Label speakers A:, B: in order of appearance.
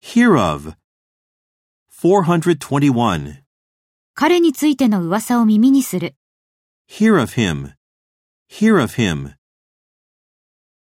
A: hear of. 421.
B: 彼についての噂を耳にする。
A: Hear of him. Hear of him.